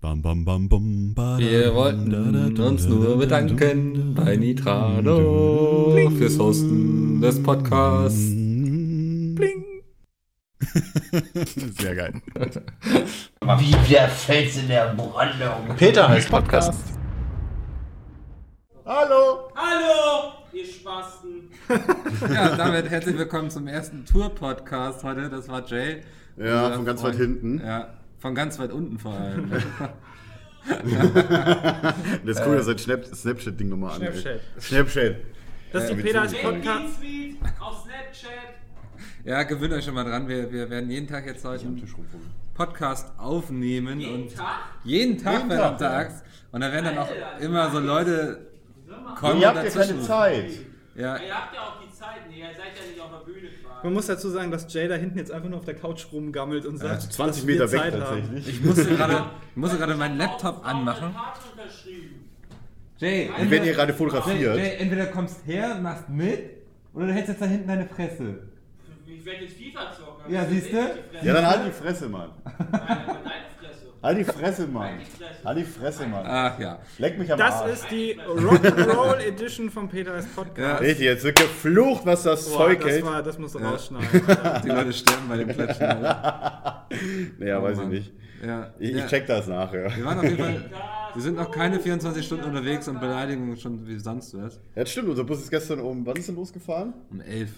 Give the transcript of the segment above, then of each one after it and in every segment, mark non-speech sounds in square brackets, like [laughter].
Bam, bam, bam, bam, ba, Wir wollten uns nur bedanken bei Nitrado fürs Hosten des Podcasts. Bling. Sehr geil. Wie der Fels in der Brandung. Peter heißt Podcast. Hallo. Hallo, ihr Spasten. Ja, damit herzlich willkommen zum ersten Tour-Podcast heute. Das war Jay. Ja, Unser von ganz Freund. weit hinten. Ja, von ganz weit unten vor allem. [laughs] Das ist cool, dass er Snap Snapchat-Ding nochmal an. Snapchat. Snapchat. Das ist Ja, die Peter als mit Podcast. auf Snapchat. ja, gewöhnt euch schon mal dran. Wir, wir werden jeden Tag jetzt heute einen Podcast aufnehmen. und Tag? Jeden Tag, Jeden verdammte Tag, ja. Axt. Und da werden dann auch immer so Leute kommen Ihr habt ja dazwischen. keine Zeit. Ja, Ihr habt ja auch die Zeit, nee, ihr seid ja nicht auf der Bühne quasi. Man muss dazu sagen, dass Jay da hinten jetzt einfach nur auf der Couch rumgammelt und sagt, 20 dass wir Meter weg Zeit haben. tatsächlich. ich musste gerade, ich musste gerade meinen Laptop anmachen. Jay, Und wenn ihr entweder, gerade fotografiert, Jay, entweder kommst her, machst mit, oder du hältst jetzt da hinten deine Fresse. Ich werde jetzt FIFA zocken. Ja, Das ist siehst du? nicht die Fresse. ja dann halt die Fresse, Mann. Nein, deine Fresse. Halt die Fresse, Mann. Halt die Fresse. Halt die Fresse, Mann. Ach ja. Leck mich am Das Arsch. ist die Rock'n'Roll Edition von Peter als Podcast. Richtig, jetzt wird geflucht, was das Boah, Zeug das, hält. war, das musst du rausschneiden. Die Leute sterben bei dem Klatschen. Alter. Naja, Oh, weiß ich Mann. nicht. Ja. Ich, ja. ich check das nachher. Wir waren auf jeden Fall, wir sind noch keine 24 Stunden unterwegs und Beleidigungen schon wie sonst was. Ja, stimmt, unser Bus ist gestern um, wann ist denn losgefahren? Um 11.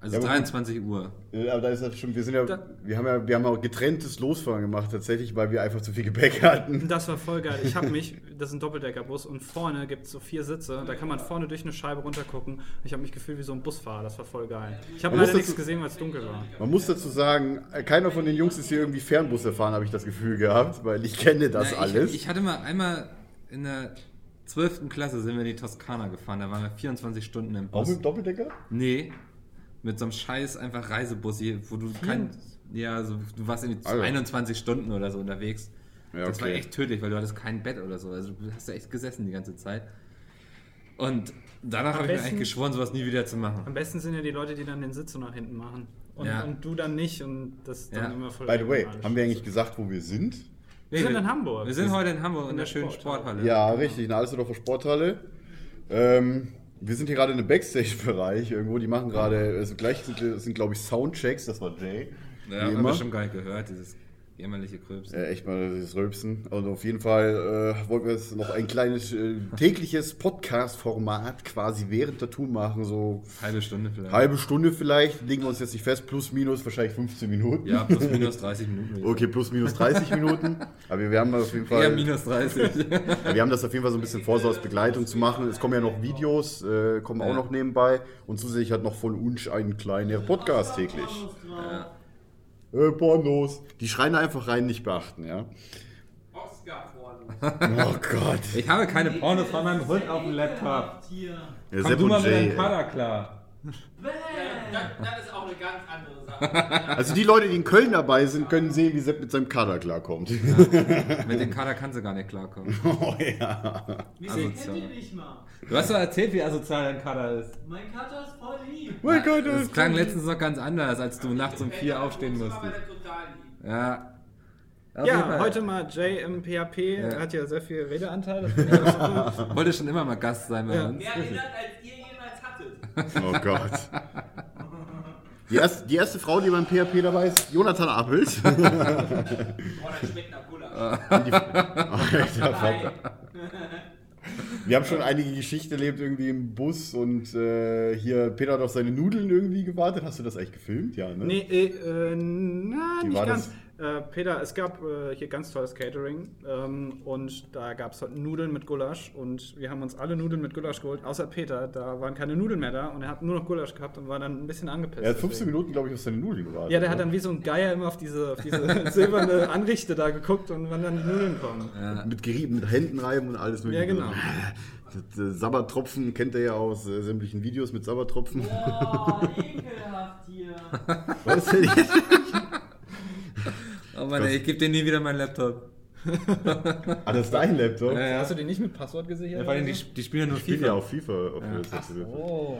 Also Ja, aber- 23 Uhr. Äh, Aber da ist das schon, wir sind ja, wir haben ja, wir haben auch getrenntes Losfahren gemacht tatsächlich, weil wir einfach zu viel Gepäck hatten. Das war voll geil. Ich habe mich, das ist ein Doppeldeckerbus und vorne gibt es so vier Sitze. Da kann man vorne durch eine Scheibe runtergucken. Ich habe mich gefühlt wie so ein Busfahrer. Das war voll geil. Ich habe Man muss leider nichts dazu- gesehen, weil es dunkel war. Man muss dazu sagen, äh, keiner von den Jungs ist hier irgendwie Fernbus erfahren, habe ich das Gefühl gehabt, weil ich kenne das Na, alles. Ich, ich hatte mal einmal in der 12. Klasse sind wir in die Toskana gefahren. Da waren wir 24 Stunden im auch Bus. mit dem Doppeldecker? Nee. Mit so einem scheiß einfach Reisebus hier, wo du kein. Ja, so, du warst irgendwie Alter. 21 Stunden oder so unterwegs. Also. Ja, Das war okay. echt tödlich, weil du hattest kein Bett oder so. Also du hast da echt gesessen die ganze Zeit. Und danach habe ich mir besten- eigentlich geschworen, sowas nie wieder zu machen. Am besten sind ja die Leute, die dann den Sitz so nach hinten machen. Und, Ja. und du dann nicht. Und das ist dann Ja. immer voll. By the way, regional. haben wir eigentlich gesagt, wo wir sind? Nee, sind in Hamburg. Wir sind heute in Hamburg in, der, der schönen Sporthalle. Sporthalle. Ja, richtig, in der Alsterdorfer Sporthalle. Ähm, wir sind hier gerade in einem Backstage-Bereich irgendwo, die machen gerade, also gleich sind, sind glaube ich Soundchecks, das war Jay. Ja, wie haben immer. Äh. wir schon gar nicht gehört, dieses jämmerliche Kröps. Ja, echt mal dieses Rülpsen. Also auf jeden Fall äh, wollten wir jetzt noch ein kleines äh, tägliches Podcast-Format quasi während der Tour machen. So Halbe Stunde vielleicht. halbe Stunde vielleicht, legen wir uns jetzt nicht fest, plus minus wahrscheinlich 15 Minuten. Ja, plus minus 30 Minuten. würde ich [laughs] Okay, plus minus 30 [laughs] Minuten. Aber wir haben das auf jeden sagen. Fall. Eher minus [laughs] 30. Wir haben das auf jeden Fall so ein bisschen vor, so als Begleitung zu machen. Es kommen ja noch Videos, äh, kommen auch Ja. noch nebenbei. Und zusätzlich hat noch von uns einen kleinen Podcast täglich. Äh, Pornos. Die schreien einfach rein, nicht [laughs] beachten, ja. Oscar vorne. Oh Gott. Ich habe keine Pornos von meinem Hund auf dem Laptop. Hier. Ja, Komm Sepp du und mal mit Jay, deinem ey. Kader klar. Das, das ist auch eine ganz andere Sache. Also die Leute, die in Köln dabei sind, können sehen, wie Sepp mit seinem [laughs] Kader klarkommt. Mit dem Kader kannst du gar nicht klarkommen. [laughs] Oh ja. Also Wieso kennt Asozial. ihr nicht mal? Du hast doch erzählt, wie asozial dein Kader ist. Mein Kater ist voll lieb. Mein Gott, Das klang letztens noch ganz anders, als du nachts um vier Peter, aufstehen das war musstest. der total lieb. Ja. Auf jeden Ja, Fall. heute mal JMPAP Ja. hat ja sehr viel Redeanteil. Das finde ich auch [laughs] so cool. Wollte schon immer mal Gast sein bei Ja. uns. Mehr erinnert, als ihr jemals hattet. [laughs] Oh Gott. Die erste, die erste Frau, die beim PHP dabei ist, [laughs] Jonathan Appelt. Boah, Oh, das schmeckt nach Ah. Gulasch. Alter, Vater. Nein. Wir haben schon einige Geschichten erlebt, irgendwie im Bus und äh, hier Peter hat auf seine Nudeln irgendwie gewartet. Hast du das eigentlich gefilmt? Ja, ne? nee, äh, äh, na, Wie nicht war ganz. Äh, Peter, es gab äh, hier ganz tolles Catering ähm, und da gab es halt Nudeln mit Gulasch und wir haben uns alle Nudeln mit Gulasch geholt, außer Peter. Da waren keine Nudeln mehr da und er hat nur noch Gulasch gehabt und war dann ein bisschen angepisst. Er hat 15 deswegen. Minuten, glaube ich, auf seine Nudeln gewartet. Ja, der hat dann ne? wie so ein Geier immer auf diese, auf diese [laughs] silberne Anrichte da geguckt und wann dann die Nudeln kommen. mit gerieben, mit Händen reiben und alles Ja, mögliche. genau. [laughs] Das, äh, Sabbertropfen kennt er ja aus äh, sämtlichen Videos mit Sabbertropfen. Boah, Oh, ekelhaft hier. [laughs] Was denn jetzt? Oh Mann, ey, ich gebe dir nie wieder meinen Laptop. Ah, das ist dein Laptop. Ja, ja. Hast du den nicht mit Passwort gesichert? Ja, vor allem, oder die, so? die spielen ja nur Ich spiele FIFA. ja auf FIFA. Auf das letzte Mal. Oh.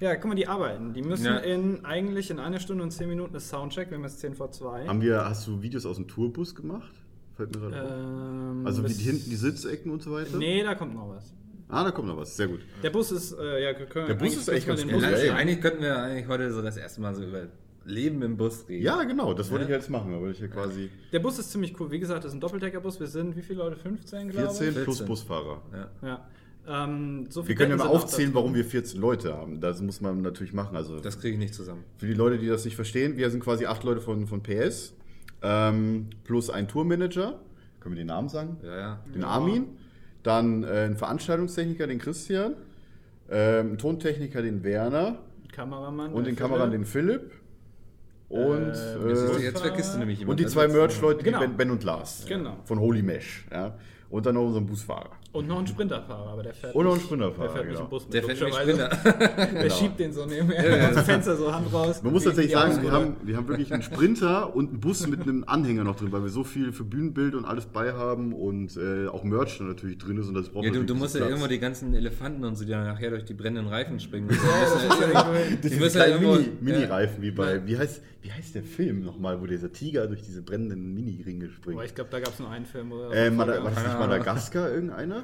Ja. guck mal, die arbeiten. Die müssen Ja. in eigentlich in einer Stunde und zehn Minuten das Soundcheck. Wir haben jetzt 10 vor 2. Haben wir, hast du Videos aus dem Tourbus gemacht? Fällt mir gerade auf. Ähm, Also wie das- die, hinten die Sitzecken und so weiter? Nee, da kommt noch was. Ah, da kommt noch was. Sehr gut. Der Bus ist, äh, ja, können Der Bus ist echt ganz den cool, Bus ey. sagen. eigentlich könnten wir eigentlich heute so das erste Mal so über Leben im Bus reden. Ja, genau. Das wollte ich jetzt machen. Da wollte ich ja quasi Der Bus ist ziemlich cool. Wie gesagt, das ist ein Doppeldeckerbus. Wir sind, wie viele Leute? 15, glaube 14 ich. plus 14. Busfahrer. Ja. Ähm, so Wir viel können Betten ja mal sind auch aufzählen, da. warum wir 14 Leute haben. Das muss man natürlich machen. Also Das kriege ich nicht zusammen. für die Leute, die das nicht verstehen, wir sind quasi acht Leute von, von PS ähm, plus ein Tourmanager. Können wir den Namen sagen? Ja, ja. Den Armin. Dann äh, einen Veranstaltungstechniker, den Christian. Ähm, einen Tontechniker, den Werner. Kameramann. Und der den Kameramann, den Philipp. Philipp. Und, Das ist, äh, jetzt vergisst du nämlich und jemanden. die zwei Merch-Leute, die Genau. ben, ben und Lars. Genau. Von Holy Mesh. Ja. Und dann noch unseren Busfahrer. Und noch ein Sprinterfahrer, aber der fährt. Und noch nicht- ein Sprinterfahrer, Der fährt nicht genau. im Bus mit. Der fährt nämlich logischerweise. Sprinter. [laughs] genau. Der schiebt den so nebenher aus dem Fenster, so Hand raus. Man muss Die- tatsächlich die sagen, wir Ausrede. haben, wir haben wirklich einen Sprinter [laughs] und einen Bus mit einem Anhänger noch drin, weil wir so viel für Bühnenbild und alles bei haben und äh, auch Merch dann natürlich drin ist und das braucht Ja, du, du natürlich musst ja Platz. irgendwo die ganzen Elefanten und so, die dann nachher durch die brennenden Reifen springen. halt Die müssen ja irgendwo- die Diese müssen ja kleinen halt irgendwo- Mini- Mini-Reifen, wie bei, Ja. wie heißt, wie heißt der Film nochmal, wo dieser Tiger durch diese brennenden Mini-Ringe Boah, springt? Oh, ich glaube, da gab es nur einen Film. Oder Äh, so. Mada- war das nicht Keine Ahnung. Madagaskar irgendeiner?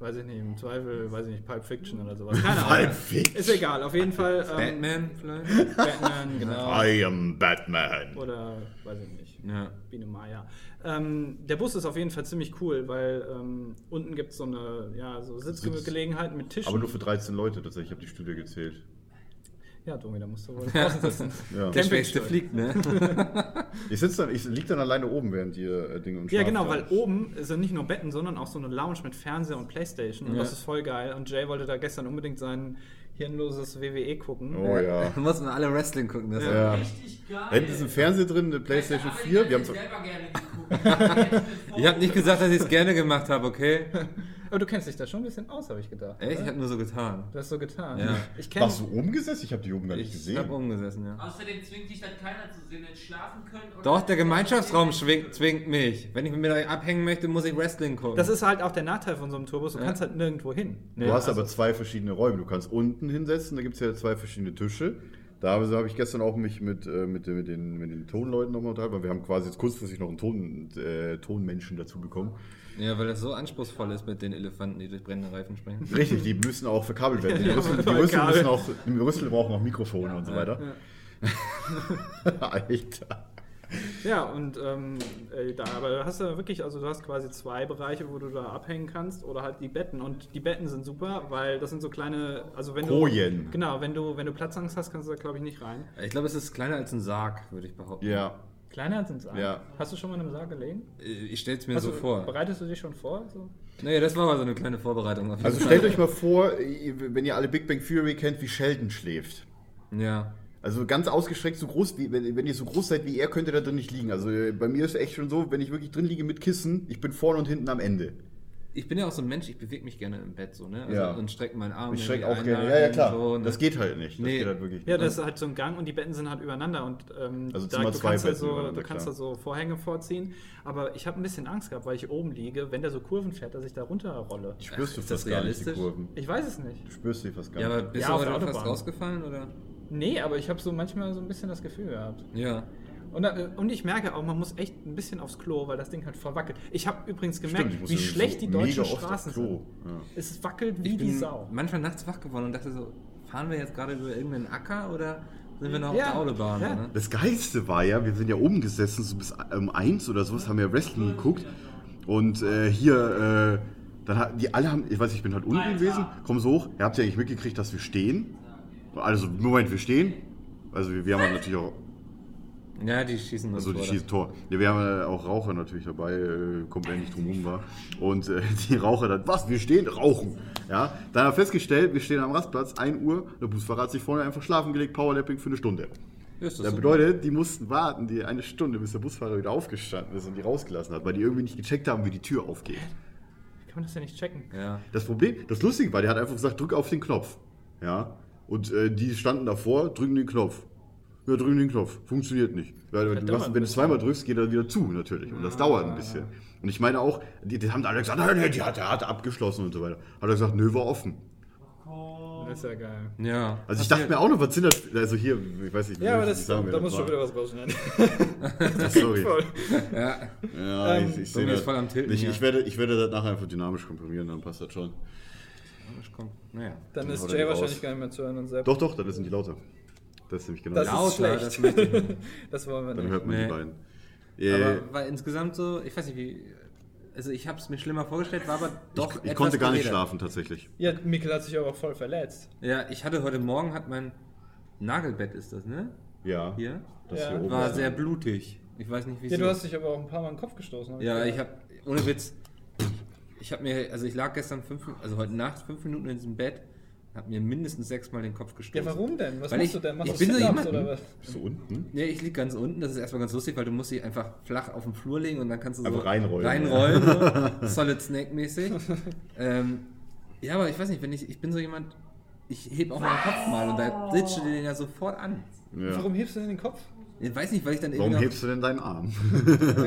Weiß ich nicht, im Zweifel, weiß ich nicht, Pulp Fiction oder sowas. Keine Pulp Ahnung. Fiction. Ist egal, auf jeden Fall. Ähm, Batman vielleicht? [laughs] Batman, genau. I am Batman. Oder, weiß ich nicht. Ja. Biene Maya. Ähm, der Bus ist auf jeden Fall ziemlich cool, weil ähm, unten gibt es so eine ja, so Sitzgelegenheit mit Tischen. Aber nur für 13 Leute tatsächlich, ich habe die Studie gezählt. ja, Domi, da musst du wohl draußen sitzen. Ja. Der Campingstuhl. Schwächste fliegt, ne? Ich, sitz dann, ich lieg dann alleine oben, während ihr äh, Dinge und Ja, schlaft. genau, weil oben sind nicht nur Betten, sondern auch so eine Lounge mit Fernseher und Playstation. Und Ja. das ist voll geil. Und Jay wollte da gestern unbedingt sein hirnloses WWE gucken. Oh ja. [laughs] Da mussten wir alle Wrestling gucken. Das ja. Richtig geil. Da hinten ist ein Fernseher drin, eine Playstation 4. Wir haben selber [laughs] gerne geguckt. Ich habe nicht gesagt, dass ich es gerne gemacht habe, okay? Aber du kennst dich da schon ein bisschen aus, habe ich gedacht. Echt? oder? Ich habe nur so getan. Du hast so getan. Ja. Ich kenne. Warst du oben gesessen? Ich habe die oben gar nicht Ich gesehen. habe umgesessen, ja. Außerdem zwingt dich dann keiner zu sehen, jetzt schlafen können. oder- Doch, der Gemeinschaftsraum schwingt, zwingt mich. Wenn ich mit euch abhängen möchte, muss ich Wrestling gucken. Das ist halt auch der Nachteil von so einem Tourbus, du kannst halt nirgendwo hin. Du hast aber zwei verschiedene Räume. Du kannst unten hinsetzen, da gibt es ja zwei verschiedene Tische. Da habe habe ich gestern auch mich mit, äh, mit, den- mit, den, mit den Tonleuten nochmal unterhalten, weil wir haben quasi jetzt kurzfristig noch einen Ton, äh, Tonmenschen dazu bekommen. ja, weil das so anspruchsvoll ist mit den Elefanten, die durch brennende Reifen springen. Richtig, die müssen auch verkabelt werden. Die Ja, Rüssel, die voll Rüssel, Kabel. müssen auch, die Rüssel brauchen auch Mikrofone und so weiter. [laughs] Alter. Ja, und ähm, äh, da, aber da hast du wirklich, also du hast quasi zwei Bereiche, wo du da abhängen kannst oder halt die Betten. Und die Betten sind super, weil das sind so kleine, also wenn Kojen. du. Genau, wenn du, wenn du Platzangst hast, kannst du da glaube ich nicht rein. Ich glaube, es ist kleiner als ein Sarg, würde ich behaupten. Ja. Kleiner als ein Sarg. Ja. Hast du schon mal in einem Sarg gelegen? Äh, Ich stell's mir Hast so du- vor. Bereitest du dich schon vor? So? Naja, das war mal so eine kleine Vorbereitung. Auf jeden Also Fall. stellt euch mal vor, ihr- wenn ihr alle Big Bang Theory kennt, wie Sheldon schläft. Ja. Also ganz ausgeschreckt, so groß wie, wenn, wenn ihr so groß seid wie er, könnt ihr da drin nicht liegen. Also äh, bei mir ist echt schon so, wenn ich wirklich drin liege mit Kissen, ich bin vorne und hinten am Ende. Ich bin ja auch so ein Mensch, ich bewege mich gerne im Bett so, ne? Also, Ja. Und strecke meinen Arm. Ich schreck irgendwie auch gerne. einmal Ja, ja und klar. so, ne? Das geht halt nicht. Das Nee. geht halt wirklich nicht. Ja, das ist halt so ein Gang und die Betten sind halt übereinander und ähm, Also da, Zimmer du zwei kannst, da Betten so, übereinander, du kannst da so klar. Vorhänge vorziehen. Aber ich habe ein bisschen Angst gehabt, weil ich oben liege, wenn der so Kurven fährt, dass ich da runterrolle. spürst du Ist das fast gar nicht die realistisch? Kurven. Ich weiß es nicht. Du spürst sie fast gar Ja, aber nicht. bist Ja, du auf der heute fast Autobahn. rausgefallen, oder? Nee, aber ich habe so manchmal so ein bisschen das Gefühl gehabt. Ja. Und, da- und ich merke auch, man muss echt ein bisschen aufs Klo, weil das Ding halt verwackelt. Ich habe übrigens gemerkt, ich muss wie ja so schlecht die mega deutschen oft aufs Straßen Klo, sind. ja. Es wackelt wie Ich die bin Sau. manchmal nachts wach geworden und dachte so, fahren wir jetzt gerade über irgendeinen Acker oder sind wir noch Ja. auf der Autobahn? Ja. Ne? Das Geilste war ja, wir sind ja oben gesessen, so bis um eins oder sowas, haben wir Wrestling geguckt. Und äh, hier, äh, dann hat, die alle haben, ich weiß nicht, ich bin halt unten gewesen, komm so hoch, ihr habt ja eigentlich mitgekriegt, dass wir stehen. Also, Moment, wir stehen. Also, wir, wir haben halt natürlich auch Ja, die schießen uns Also die vor, schießen Tor. Ja, wir haben äh, auch Raucher natürlich dabei, äh, kommt wer nicht drum rum war. Und äh, [laughs] die Raucher dann, was, wir stehen, rauchen. Ja, dann haben wir festgestellt, wir stehen am Rastplatz, 1 Uhr, der Busfahrer hat sich vorne einfach schlafen gelegt, Powerlapping für eine Stunde. Ja, ist das Das so? bedeutet, die mussten warten, die eine Stunde, bis der Busfahrer wieder aufgestanden ist und die rausgelassen hat, weil die irgendwie nicht gecheckt haben, wie die Tür aufgeht. Kann man das ja nicht checken. Ja. Das Problem, das Lustige war, der hat einfach gesagt, drück auf den Knopf. Ja. Und äh, die standen davor, drücken den Knopf. Ja, drücken den Knopf. Funktioniert nicht. Ja, du dauert machst, ein wenn du zweimal drückst, geht er wieder zu, natürlich. Und das Ah. dauert ein bisschen. Und ich meine auch, die, die haben alle gesagt, nein, nein, die hat, der hat abgeschlossen und so weiter. Hat er gesagt, nö, war offen. Das ist ja geil. Ja. Also ich dachte mir auch noch, was sind das? Also hier, ich weiß nicht, Ja, aber ich das, nicht da, sagen, wer muss schon das wieder [laughs] war. was rausschneiden. [laughs] Sorry. Voll. Ja. Ja, Ähm, ich, ich sehe Dominik das. ist voll am Tilten ich, hier. ich, werde, ich werde das nachher einfach dynamisch komprimieren, dann passt das schon. Naja. Dann Ja, ist oder Jay die raus. wahrscheinlich gar nicht mehr zu hören und selbst. Doch, doch, dann sind die lauter. Das ist nämlich genau Das das. ist Lauter, schlecht. das möchte ich nicht. Das wollen wir Dann nicht. hört man Nee. die beiden. Äh, Aber war insgesamt so, ich weiß nicht wie. Also ich habe es mir schlimmer vorgestellt, war aber doch. ich etwas konnte gar nicht beredet. schlafen, tatsächlich. Ja, Mikkel hat sich aber auch voll verletzt. Ja, ich hatte heute Morgen hat mein Nagelbett ist das, ne? Ja. Hier. Das Ja. hier oben. War sehr blutig. Ich weiß nicht, wieso. Ja, du hast dich aber auch ein paar Mal in den Kopf gestoßen. hab Ja, gehört. ich habe ohne Witz, ich habe mir, also ich lag gestern fünf, also heute Nacht fünf Minuten in diesem Bett, habe mir mindestens sechsmal den Kopf gestoßen. Ja, warum denn? Was Weil machst ich- du denn? Machst ich du bin so Sit-ups jemand- oder was? Bist du unten? Nee, ich lieg ganz unten, das ist erstmal ganz lustig, weil du musst dich einfach flach auf den Flur legen und dann kannst du so Einfach reinrollen. [laughs] reinrollen so, Solid Snake mäßig. ähm, ja, aber ich weiß nicht, wenn ich, ich bin so jemand, ich heb auch meinen Kopf mal und da sitzt du den ja sofort an. Ja. Warum hebst du denn den Kopf? Ich weiß nicht, weil ich dann Warum irgendwie noch- hebst du denn deinen Arm?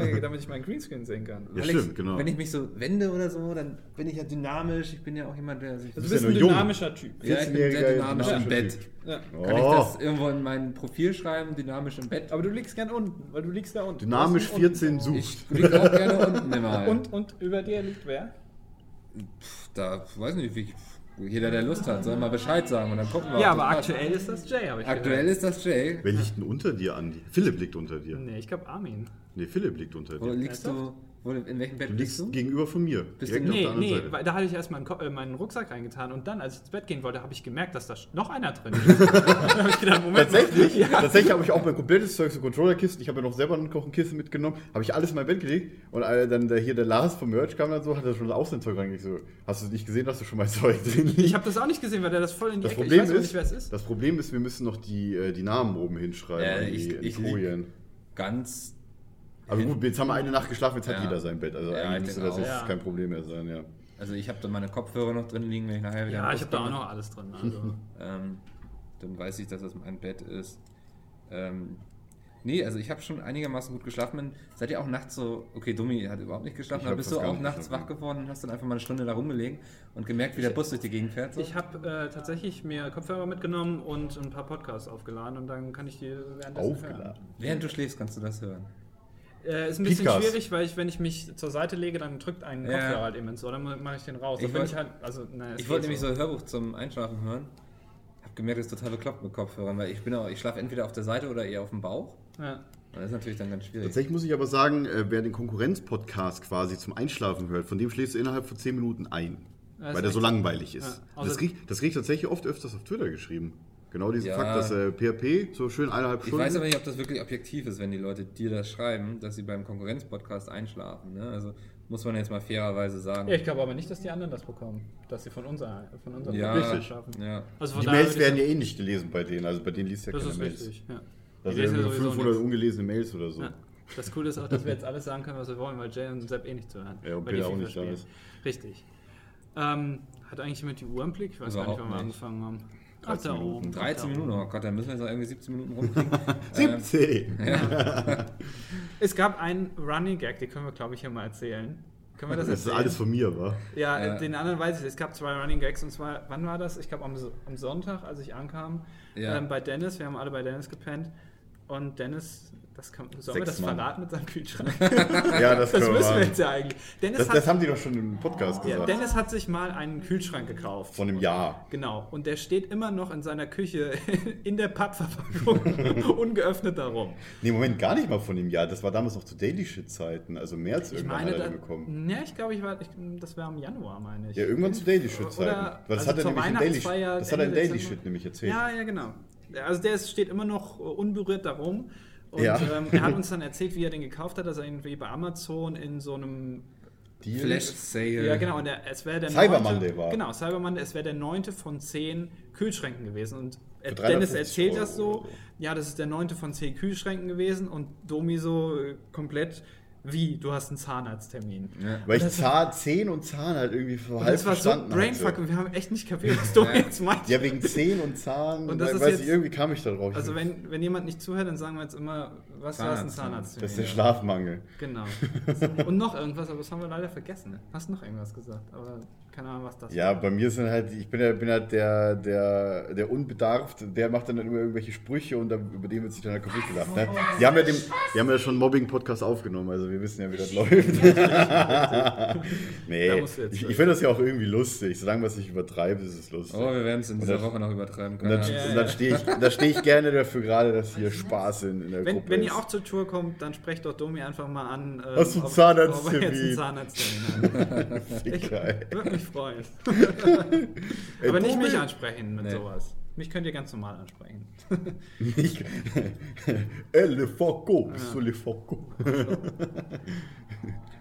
Äh, Damit ich meinen Greenscreen sehen kann. Ja, weil stimmt, ich, genau. Wenn ich mich so wende oder so, dann bin ich ja dynamisch. Ich bin ja auch jemand, der sich. Also du bist bist ja ein nur jung. dynamischer Typ. Ja, ich bin 14-jähriger sehr dynamisch im dynamischer Bett. Ja. Kann ich Oh. das irgendwo in mein Profil schreiben? Dynamisch im Bett. Aber du liegst gern unten, weil du liegst da unten. Dynamisch Du bist 14 sucht. Ich liege auch gerne unten immer. halt. unten. Und, und über dir liegt wer? da weiß nicht, wie jeder, der Lust hat, soll mal Bescheid sagen und dann gucken wir. ob das passt. ist das Jay, habe ich Aktuell ist das Jay. Wer liegt denn unter dir, Andi? Philipp liegt unter dir. Nee, Nee, ich glaube Armin. Philipp liegt unter Hm. Wo dir. liegst du? Wo, in welchem Bett Du liegst liegst du? gegenüber von mir. Bist direkt du- auf Nee, der anderen Seite. da hatte ich erst meinen, Rucksack reingetan und dann, als ich ins Bett gehen wollte, habe ich gemerkt, dass da noch einer drin ist. [laughs] da habe ich gedacht, Moment, Tatsächlich, tatsächlich habe ich auch mein komplettes Zeug, so Controller-Kisten, ich habe ja noch selber noch ein Kissen mitgenommen, habe ich alles in mein Bett gelegt und äh, dann der, hier der Lars vom Merch kam dann so, hat er schon auch sein Zeug reingelegt. So, hast du nicht gesehen, dass du schon mein [laughs] Zeug drin liegt? Ich habe das auch nicht gesehen, weil der das voll in die das Ecke Problem Ich weiß auch ist, nicht, wer es ist. Das Problem ist, wir müssen noch die, äh, die Namen oben hinschreiben. Äh, an die, ich- an die ich lieg- Folien. Ganz. Aber gut, jetzt haben wir eine Nacht geschlafen, jetzt Ja. hat jeder sein Bett. Also Ja, ich eigentlich müsste denke das auch. jetzt Ja. kein Problem mehr sein, ja. Also ich habe da meine Kopfhörer noch drin liegen, wenn ich nachher wieder. Ja, am ich Bus habe da auch bin. noch alles drin. [laughs] Also. Ähm, dann weiß ich, dass das mein Bett ist. Ähm, nee, also ich habe schon einigermaßen gut geschlafen. Man- Seid ihr auch nachts so, okay, Dummi hat überhaupt nicht geschlafen, Ich aber hab bist fast du gar auch nicht nachts wach geschlafen. geworden und hast dann einfach mal eine Stunde da rumgelegen und gemerkt, wie der Bus durch die Gegend fährt? So? Ich habe äh, tatsächlich mir Kopfhörer mitgenommen und ein paar Podcasts aufgeladen und dann kann ich die währenddessen hören. Aufgeladen. Während du schläfst, kannst du das hören. Äh, ist ein bisschen Podcast. schwierig, weil ich, wenn ich mich zur Seite lege, dann drückt einen Ja. Kopfhörer halt eben ins Ohr, dann mache ich den raus. Ich Dann bin wollt- ich halt, also, naja, es Ich wollte geht nämlich so so. ein Hörbuch zum Einschlafen hören. Hab gemerkt, das ist total bekloppt mit Kopfhörern, weil ich bin auch, ich schlafe entweder auf der Seite oder eher auf dem Bauch. Ja. Und das ist natürlich dann ganz schwierig. Tatsächlich muss ich aber sagen, äh, wer den Konkurrenz-Podcast quasi zum Einschlafen hört, von dem schläfst du innerhalb von 10 Minuten ein. Das weil ist der so echt- langweilig ist. Ja, Und das außer- kriege das krieg ich tatsächlich oft öfters auf Twitter geschrieben. Genau diesen Ja. Fakt, dass äh, PHP so schön eineinhalb Ich Stunden. weiß aber nicht, ob das wirklich objektiv ist, wenn die Leute dir das schreiben, dass sie beim Konkurrenzpodcast einschlafen. Ne? Also muss man jetzt mal fairerweise sagen. Ja, ich glaube aber nicht, dass die anderen das bekommen, dass sie von, unser, von unserem Ja. Podcast Richtig. schaffen. Ja. Also von die daher Mails würde ich werden ja eh nicht gelesen bei denen. Also bei denen liest ja sagen, Das keiner ist Mails. richtig, ja. Da Die sind lesen ja irgendwie sowieso 500 nichts. ungelesene Mails oder so. Ja. Das Coole ist auch, dass wir jetzt alles sagen können, was wir wollen, weil Jay und Sepp eh nicht zu hören. Ja, und weil die Peter auch FIFA nicht da spielen. ist. Richtig. Ähm, hat eigentlich jemand die Uhr im Blick? Ich weiß Überhaupt gar nicht, wann wir nicht. angefangen haben. Ach, da 13 Minuten. oben. 13 da oben. Minuten, oh Gott, dann müssen wir jetzt noch irgendwie 17 Minuten rumkriegen. ähm, 17! Es gab einen Running Gag, den können wir, glaube ich, hier mal erzählen. Können wir das das ist erzählen? alles von mir, [laughs] wa? Ja, äh, Ja. den anderen weiß ich. Es gab zwei Running Gags und zwar, wann war das? Ich glaube am, So- am Sonntag, als ich ankam, Ja. ähm, bei Dennis. Wir haben alle bei Dennis gepennt und Dennis, das kann, sollen wir Sechs das Mann. verraten mit seinem Kühlschrank? Ja, [laughs] das, das können müssen wir wir jetzt ja eigentlich. Dennis, das, hat, das haben die doch schon im Podcast ja, gesagt. Dennis hat sich mal einen Kühlschrank gekauft. von einem Jahr. Genau, und der steht immer noch in seiner Küche [laughs] in der Pappverpackung [laughs] ungeöffnet darum. Nee, Moment, gar nicht mal von dem Jahr. Das war damals noch zu Daily Shit-Zeiten. Also März Ich irgendwann hat meine, er da, den bekommen. ne, ich glaube, ich war, ich, das war im Januar, meine ich. Ja, irgendwann zu Daily Shit Zeiten. Oder- Weil das also hat er zur nämlich in Daily, Weihnachtsfeier das hat er in Ende Daily Dezember. Shit nämlich erzählt. Ja, ja, genau. Also der ist, steht immer noch äh, unberührt da rum. Und Ja. ähm, er hat uns dann erzählt, wie er den gekauft hat, dass er irgendwie bei Amazon in so einem. Die- Flash Sale. Ja, genau. Und er, es wäre der Cyber neunte- Monday war. Genau, Cyber Monday. Es wäre der neunte von zehn Kühlschränken gewesen. Und äh, Für 350 Dennis erzählt das Euro so. oder so. Ja, das ist der neunte von zehn Kühlschränken gewesen. Und Domi so äh, komplett Wie? Du hast einen Zahnarzttermin. Ja. Weil ich Das- Zahn, Zehn und Zahn halt irgendwie Und halb das war so verstanden Brainfuck hatte. und wir haben echt nicht kapiert, was du Ja. jetzt meinst. Ja, wegen Zehn und Zahn. [laughs] Und das weil- ist weiß jetzt- ich, irgendwie kam ich da drauf. Also wenn, wenn jemand nicht zuhört, dann sagen wir jetzt immer, was war es ein Zahnarzt. Zahnarzttermin? das ist der Schlafmangel. Genau. Und noch irgendwas, aber das haben wir leider vergessen. Hast noch irgendwas gesagt, aber keine Ahnung, was das Ja, bei mir sind halt, ich bin ja, bin halt der, der, der Unbedarft, der macht dann immer irgendwelche Sprüche und dann, über den wird sich dann halt kaputt gelacht. Ne? Die, haben ja dem, die haben ja schon einen Mobbing-Podcast aufgenommen, also wir wissen ja, wie das läuft. Da nee, musst du jetzt ich, durch. ich finde das ja auch irgendwie lustig. Solange man es nicht übertreibt, ist es lustig. Oh, wir werden es in Und dieser dann- Woche noch übertreiben Und können. dann, Ja, und ja. dann stehe ich, da stehe ich gerne dafür gerade, dass hier Spaß in, in der Wenn, Gruppe wenn ist. ihr auch zur Tour kommt, dann sprecht doch Domi einfach mal an. ähm, Hast du einen ob- Zahnarzttermin? Ob er jetzt einen Zahnarzttermin hat. Ich Geil. würde mich freuen. [laughs] Ey, Aber nicht Bubel. mich ansprechen mit Nee. sowas. Mich könnt ihr ganz normal ansprechen. Nicht. El Foco, bist du Le Foco?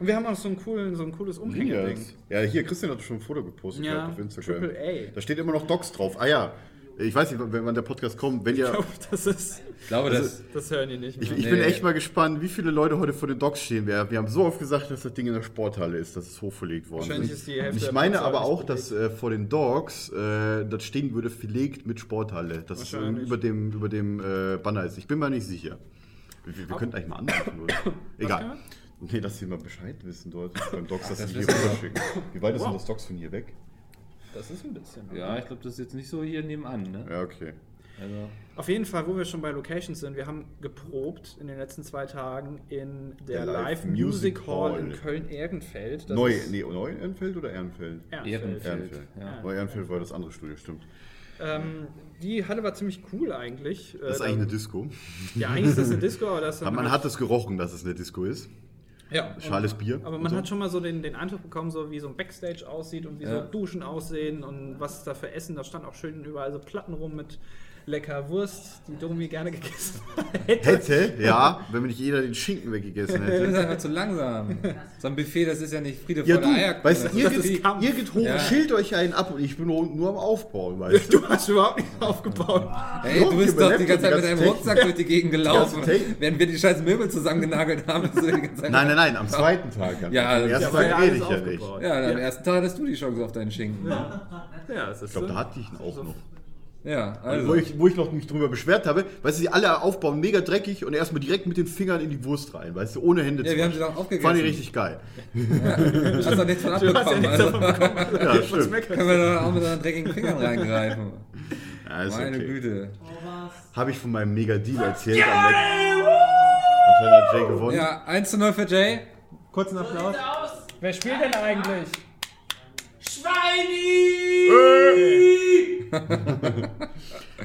Und wir haben auch so, einen coolen, so ein cooles Umhängeding. Ja, hier, Christian hat schon ein Foto gepostet Ja, gehabt auf Instagram. Triple A. Da steht immer noch Docs drauf. Ah ja, ich weiß nicht, wenn wann der Podcast kommt, wenn Ich ihr. glaube, das ist. Ich glaube, das, Das hören die nicht Ich, mehr. ich Nee. bin echt mal gespannt, wie viele Leute heute vor den Docs stehen werden. Wir haben so oft gesagt, dass das Ding in der Sporthalle ist, dass es hochverlegt worden Wahrscheinlich ist. ist die Hälfte Und ich der meine Plätze aber auch auch, nicht dass äh, vor den Dogs äh, das stehen würde, verlegt mit Sporthalle. Dass es Wahrscheinlich. über dem, über dem äh, Banner ist. Ich bin mir nicht sicher. Wir, wir, wir könnten eigentlich mal anrufen, oder? können Egal. Nee, dass sie mal Bescheid wissen dort beim Docs, dass sie das hier wissen wir. rüberschicken. Wie weit ist denn Wow. das Docs von hier weg? Das ist ein bisschen. ja, ich glaube, das ist jetzt nicht so hier nebenan. Ne? Ja, okay. Also, Auf jeden Fall, wo wir schon bei Locations sind, wir haben geprobt in den letzten zwei Tagen in der, Der Live Live Music Music Hall Hall. in Köln-Ehrenfeld. Das Neu, ist- nee, neu Ehrenfeld oder Ehrenfeld? Ehrenfeld. Äh, Ehrenfeld. Ja. Neu Ehrenfeld war das andere Studio, stimmt. Ähm, die Halle war ziemlich cool eigentlich. Äh, Das ist eigentlich eine Disco. Ja, eigentlich ist das eine Disco, aber das ist dann Man halt- hat es gerochen, dass es eine Disco ist. ja, Schales Bier. Aber und man so. hat schon mal so den, den Eindruck bekommen, so wie so ein Backstage aussieht und wie so Ja. Duschen aussehen und was es da für Essen. Da stand auch schön überall so Platten rum mit lecker Wurst, die Domi gerne gegessen [laughs] hätte. Hätte, ja, wenn mir nicht jeder den Schinken weggegessen das [laughs] hätte. ist einfach zu langsam. So ein Buffet, das ist ja nicht Friede Ja, vor der du, also Eierkuchen. weißt du, ihr, das ist geht, Krieg. ihr geht hoch, Ja. schilt euch einen ab und ich bin nur, nur am [laughs] Aufbauen, weißt du? Du hast überhaupt nicht aufgebaut. Ey, du Doch, bist doch die ganze überlebt Zeit die mit ganze deinem Technik. Rucksack durch die Gegend gelaufen. ganze Technik. Während wir die scheiß Möbel zusammengenagelt haben, bist du die ganze Zeit. Nein, nein, nein, am zweiten Tag. Am Ja, am das- ersten Ja, Tag weil rede ich ja alles nicht. aufgebaut. Ich Ja, am ersten Tag hattest du die Chance auf deinen Schinken. Ja, Ja, es ist glaube, so. da hatte ich ihn auch noch. Wo also. ich, wo ich noch mich drüber beschwert habe, weißt du, die alle aufbauen mega dreckig und erstmal direkt mit den Fingern in die Wurst rein, weißt du, ohne Hände Ja, wir haben sie waschen. doch aufgegessen. Fand ich richtig geil. Hast doch nichts von Du hast ja abbekommen. nichts Also, davon [laughs] bekommen. Ja, stimmt. können wir da auch mit deinen dreckigen Fingern reingreifen. Ja, [laughs] ist Meine okay. Güte. Habe ich von meinem Mega-Deal erzählt. am letzten- Anscheinend hat Jay gewonnen. Ja, 1 zu 0 für Jay. Kurzen Applaus. Aus Wer spielt denn eigentlich? Äh. Schweini!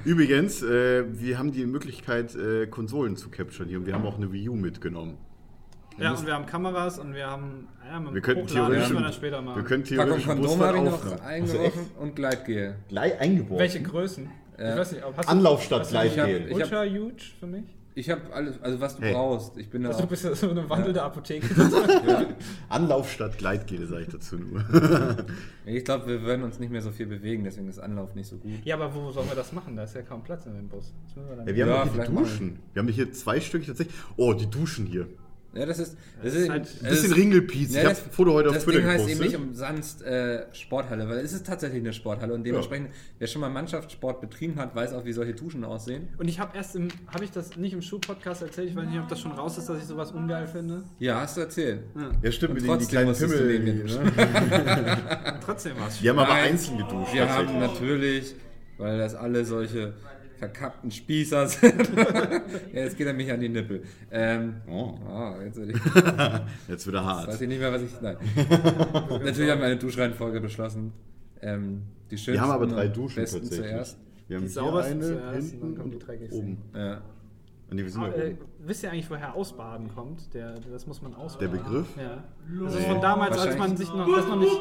Übrigens, äh, wir haben die Möglichkeit, äh, Konsolen zu capturen hier und wir haben auch eine Wii U mitgenommen. Ja, und wir haben Kameras und wir haben. Ja, mit Wir könnten Hochladen theoretisch, müssen wir dann später machen. wir könnten Ah. Packung theoretisch einen Bus Kondom habe ich fahren noch aufnehmen. Also echt eingeworfen und Gleitgel. gleich eingebaut. Welche Größen? Ich weiß nicht, ob hast du- Anlauf statt hast du Gleitgel. nicht Ich hab- Ultra huge für mich? Ich habe alles, also was du Hey. brauchst. Ich bin da. Also du auch- bist ja so eine wandelnde Apotheke. [laughs] Anlauf statt Gleitgel, sage ich dazu nur. Ich glaube, wir werden uns nicht mehr so viel bewegen, deswegen ist Anlauf nicht so gut. Ja, aber wo sollen wir das machen? Da ist ja kaum Platz in dem Bus. Das müssen wir dann Ja, wir haben Ja, auch hier vielleicht die Duschen. Wir haben hier zwei Stück tatsächlich. Oh, die Duschen hier. Ja, das ist. Das ist halt- das Ein bisschen ist- Ringelpiez. Ja, ich habe das- ein Foto heute auf das Twitter Ding heißt eben gepostet. nicht umsonst äh, Sporthalle, weil es ist tatsächlich eine Sporthalle und dementsprechend, wer schon mal Mannschaftssport betrieben hat, weiß auch, wie solche Duschen aussehen. Und ich habe erst im, habe ich das nicht im Schuh-Podcast erzählt? Ich weiß nicht, ob das schon raus ist, dass ich sowas ungeil finde. Ja, hast du erzählt. ja, stimmt, Und Hm. mit den die trotzdem kleinen musstest du Pimmel. den hier Ne? Und trotzdem war es Die haben aber Nein. einzeln geduscht. Wir tatsächlich. haben natürlich, weil das alle solche verkappten Spießer sind. ja, jetzt [laughs] geht er mich an die Nippel. Ähm, Oh. oh, jetzt werd ich, Jetzt wieder weiß [laughs] hart. ich nicht mehr, was ich. [laughs] Nein. natürlich haben wir eine Duschreihenfolge beschlossen. Ähm, die schönsten Wir haben aber drei und Duschen besten tatsächlich. zuerst. Wir haben Die hier saubersten eine, zuerst und hinten dann kommen die und dreckigsten. oben. Ja. Ah, Nee, wir sind Ah, ja äh, oben. wisst ihr eigentlich, woher Ausbaden kommt? Der, das muss man Der ausbaden. Begriff? Ja. Das ist von damals, als Wahrscheinlich- man sich noch, das noch nicht.